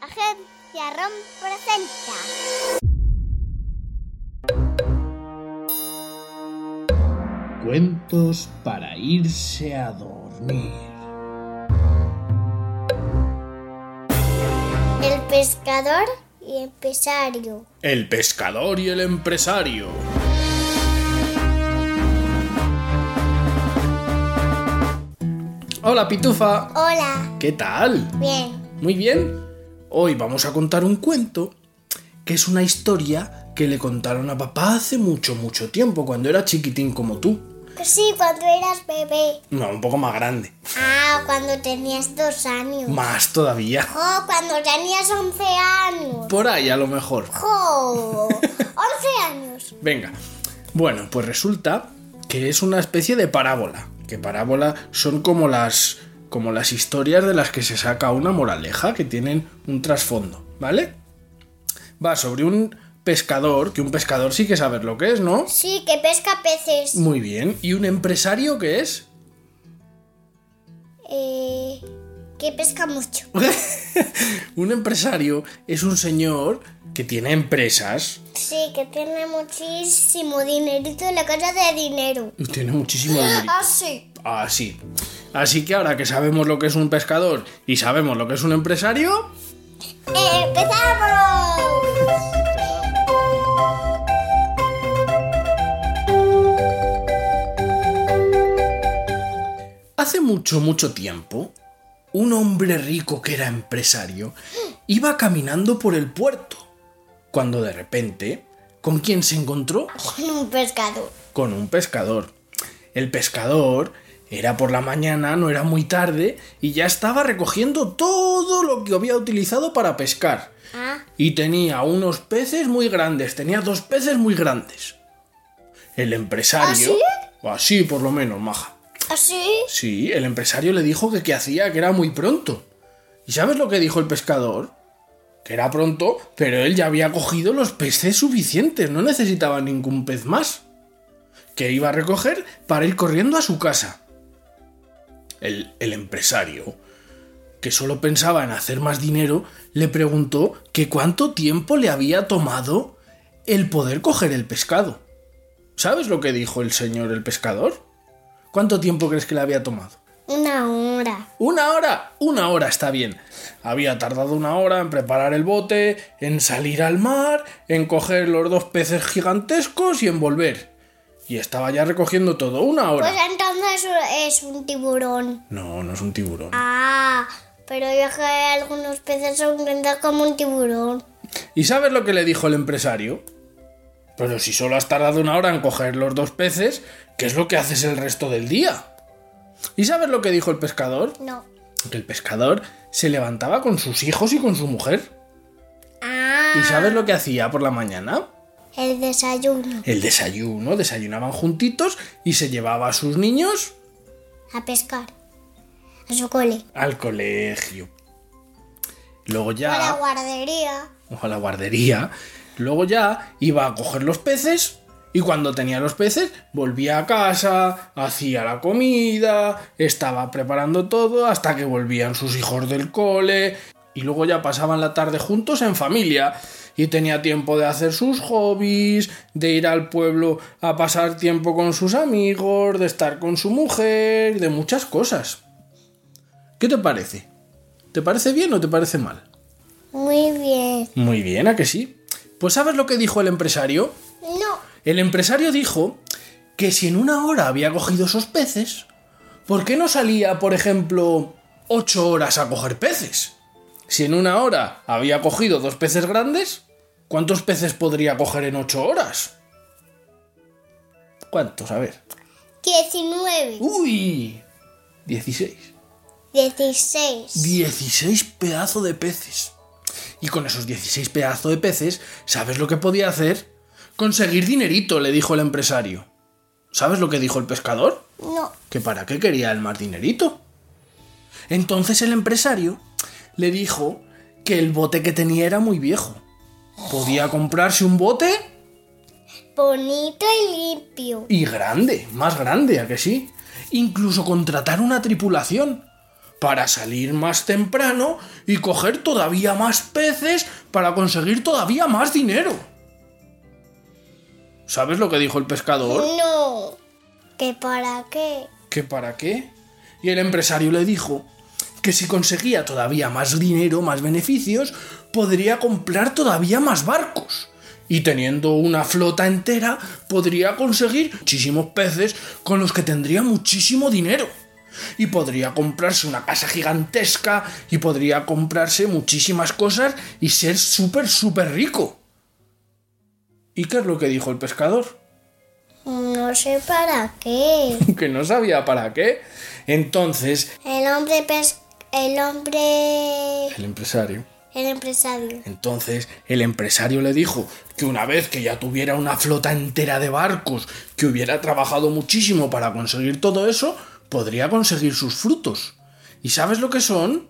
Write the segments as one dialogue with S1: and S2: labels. S1: Agencia ROM presenta.
S2: Cuentos para irse a dormir.
S1: El pescador y empresario.
S2: El pescador y el empresario. Hola Pitufa.
S1: Hola.
S2: ¿Qué tal?
S1: Bien.
S2: Muy bien. Hoy vamos a contar un cuento que es una historia que le contaron a papá hace mucho, mucho tiempo, cuando era chiquitín como tú.
S1: Sí, cuando eras bebé.
S2: No, un poco más grande.
S1: Ah, cuando tenías dos años.
S2: Más todavía.
S1: Oh, cuando tenías 11 años.
S2: Por ahí a lo mejor.
S1: Oh, 11 años.
S2: Venga. Bueno, pues resulta que es una especie de parábola. Que parábola son como las. como las historias de las que se saca una moraleja que tienen un trasfondo, ¿vale? Va sobre un pescador, que un pescador sí que saber lo que es, ¿no?
S1: Sí, que pesca peces.
S2: Muy bien. ¿Y un empresario que es?
S1: Eh, que pesca mucho.
S2: un empresario es un señor que tiene empresas.
S1: Sí, que tiene muchísimo dinerito en la casa de dinero.
S2: y Tiene muchísimo dinero.
S1: Ah, sí.
S2: Así. Así que ahora que sabemos lo que es un pescador y sabemos lo que es un empresario,
S1: Eh, ¡Empezamos!
S2: hace mucho, mucho tiempo, un hombre rico que era empresario iba caminando por el puerto, cuando de repente, ¿con quién se encontró?
S1: Con un pescador.
S2: Con un pescador. El pescador era por la mañana, no era muy tarde, y ya estaba recogiendo todo lo que había utilizado para pescar.
S1: Ah,
S2: y tenía unos peces muy grandes, tenía dos peces muy grandes. El empresario...
S1: ¿Así?
S2: o Así por lo menos, maja.
S1: ¿así?
S2: Sí, el empresario le dijo que qué hacía, que era muy pronto. ¿Y sabes lo que dijo el pescador? Que era pronto, pero él ya había cogido los peces suficientes, no necesitaba ningún pez más. Que iba a recoger para ir corriendo a su casa. El, el empresario, que solo pensaba en hacer más dinero, le preguntó que cuánto tiempo le había tomado el poder coger el pescado. ¿Sabes lo que dijo el señor el pescador? ¿Cuánto tiempo crees que le había tomado?
S1: Una hora.
S2: Una hora, una hora está bien. Había tardado una hora en preparar el bote, en salir al mar, en coger los dos peces gigantescos y en volver. Y estaba ya recogiendo todo, una hora.
S1: Pues entonces es un tiburón.
S2: No, no es un tiburón.
S1: Ah, pero yo que algunos peces son grandes como un tiburón.
S2: ¿Y sabes lo que le dijo el empresario? Pero si solo has tardado una hora en coger los dos peces, ¿qué es lo que haces el resto del día? ¿Y sabes lo que dijo el pescador?
S1: No.
S2: Que el pescador se levantaba con sus hijos y con su mujer.
S1: Ah,
S2: ¿Y sabes lo que hacía por la mañana?
S1: el desayuno.
S2: el desayuno, desayunaban juntitos y se llevaba a sus niños
S1: A pescar. A su cole.
S2: al colegio. Luego
S1: A la
S2: ya,
S1: guardería.
S2: o a la guardería, luego ya iba a coger los peces y cuando tenía los peces volvía a casa, hacía la comida, estaba preparando todo hasta que volvían sus hijos del cole y luego ya pasaban la tarde juntos en familia. Y tenía tiempo de hacer sus hobbies, de ir al pueblo a pasar tiempo con sus amigos, de estar con su mujer, de muchas cosas. ¿Qué te parece? ¿Te parece bien o te parece mal?
S1: Muy bien.
S2: Muy bien, ¿a que sí? Pues ¿sabes lo que dijo el empresario?
S1: No.
S2: El empresario dijo que si en una hora había cogido esos peces, ¿por qué no salía, por ejemplo, ocho horas a coger peces? Si en una hora había cogido dos peces grandes, ¿cuántos peces podría coger en ocho horas? ¿Cuántos? A ver.
S1: 19.
S2: ¡Uy! 16.
S1: 16.
S2: 16 pedazos de peces. Y con esos 16 pedazos de peces, ¿sabes lo que podía hacer? Conseguir dinerito, le dijo el empresario. ¿Sabes lo que dijo el pescador?
S1: No.
S2: que para qué quería el más dinerito. Entonces el empresario le dijo que el bote que tenía era muy viejo. Podía comprarse un bote
S1: Bonito y limpio.
S2: y grande, más grande, a que sí. Incluso contratar una tripulación para salir más temprano y coger todavía más peces para conseguir todavía más dinero. ¿Sabes lo que dijo el pescador?
S1: No. ¿Que para qué?
S2: ¿Que para qué? Y el empresario le dijo que si conseguía todavía más dinero, más beneficios, podría comprar todavía más barcos. Y teniendo una flota entera, podría conseguir muchísimos peces con los que tendría muchísimo dinero. Y podría comprarse una casa gigantesca y podría comprarse muchísimas cosas y ser súper, súper rico. ¿Y qué es lo que dijo el pescador?
S1: No sé para qué.
S2: Que no sabía para qué. Entonces
S1: El hombre pes... El hombre...
S2: El empresario.
S1: El empresario.
S2: Entonces el empresario le dijo que una vez que ya tuviera una flota entera de barcos, que hubiera trabajado muchísimo para conseguir todo eso, podría conseguir sus frutos. ¿Y sabes lo que son?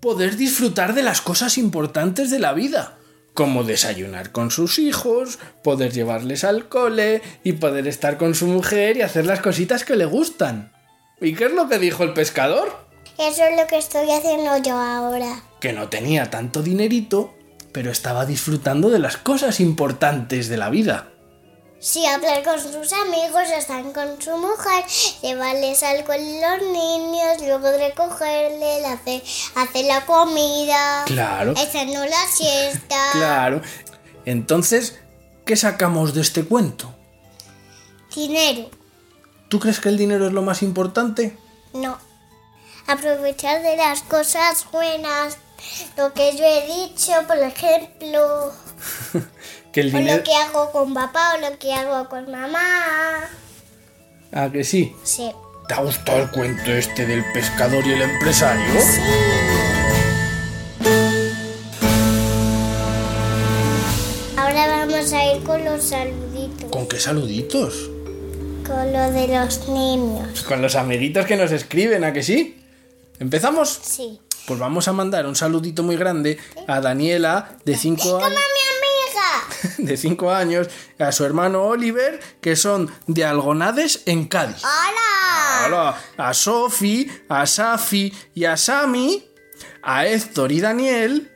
S2: Poder disfrutar de las cosas importantes de la vida, como desayunar con sus hijos, poder llevarles al cole y poder estar con su mujer y hacer las cositas que le gustan. ¿Y qué es lo que dijo el pescador?
S1: Eso es lo que estoy haciendo yo ahora.
S2: que no tenía tanto dinerito, pero estaba disfrutando de las cosas importantes de la vida.
S1: Sí, hablar con sus amigos, estar con su mujer, llevarles algo a los niños, luego recogerles, hacer, hacer la comida,
S2: Claro,
S1: echando la siesta,
S2: claro. Entonces, ¿qué sacamos de este cuento?
S1: dinero.
S2: ¿Tú crees que el dinero es lo más importante?
S1: No. Aprovechar de las cosas buenas, lo que yo he dicho, por ejemplo,
S2: Que el
S1: o lo
S2: dinero...
S1: que hago con papá o lo que hago con mamá.
S2: Ah, que sí.
S1: Sí.
S2: ¿Te ha gustado el cuento este del pescador y el empresario?
S1: Ahora vamos a ir con los saluditos,
S2: ¿Con qué saluditos?
S1: con lo de los niños.
S2: Con los amiguitos que nos escriben, ¿a que sí? ¿Empezamos?
S1: Sí.
S2: Pues vamos a mandar un saludito muy grande a Daniela, de 5
S1: ¡Como mi
S2: años.
S1: amiga!
S2: de 5 años, a su hermano Oliver, que son de Algonades en Cádiz.
S1: ¡Hola!
S2: Hola, a Sofi, a Safi y a Sami, a Héctor y Daniel,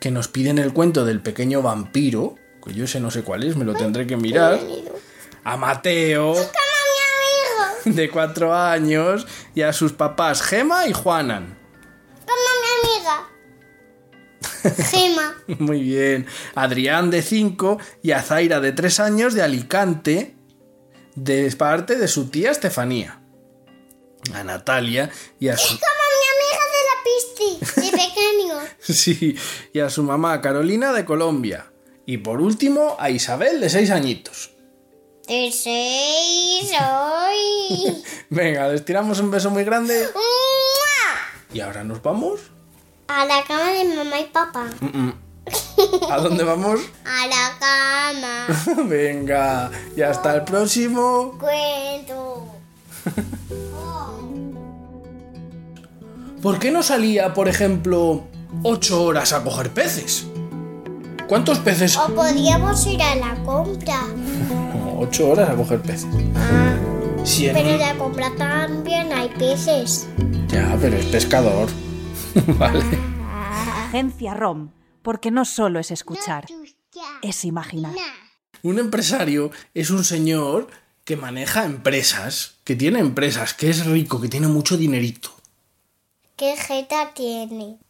S2: que nos piden el cuento del pequeño vampiro, que yo ese no sé cuál es, me lo tendré que mirar, a Mateo,
S1: ¡Como mi amigo!
S2: de 4 años, y a sus papás Gema y Juanan.
S1: ¡Como mi amiga! Gema.
S2: Muy bien. Adrián de 5 y a Zaira de 3 años de Alicante, de parte de su tía Estefanía. A Natalia y a su,
S1: ¡Como mi amiga de la pisti! De pequeño.
S2: sí, y a su mamá Carolina de Colombia. Y por último, a Isabel de 6 añitos.
S1: De seis hoy.
S2: Venga, les tiramos un beso muy grande.
S1: ¡Mua!
S2: ¿Y ahora nos vamos?
S1: A la cama de mamá y papá.
S2: Mm, mm. ¿A dónde vamos?
S1: A la cama.
S2: Venga, y hasta el próximo.
S1: Cuento.
S2: ¿Por qué no salía, por ejemplo, 8 horas a coger peces? ¿Cuántos peces?
S1: O podríamos ir a la compra.
S2: No, 8 horas a coger peces.
S1: Ah,
S2: Si en
S1: pero en
S2: un-
S1: la compra también hay peces.
S2: Ya, pero es pescador. vale.
S3: Agencia ROM, porque no solo es escuchar, es imaginar.
S2: Un empresario es un señor que maneja empresas, que tiene empresas, que es rico, que tiene mucho dinerito.
S1: ¿Qué jeta tiene?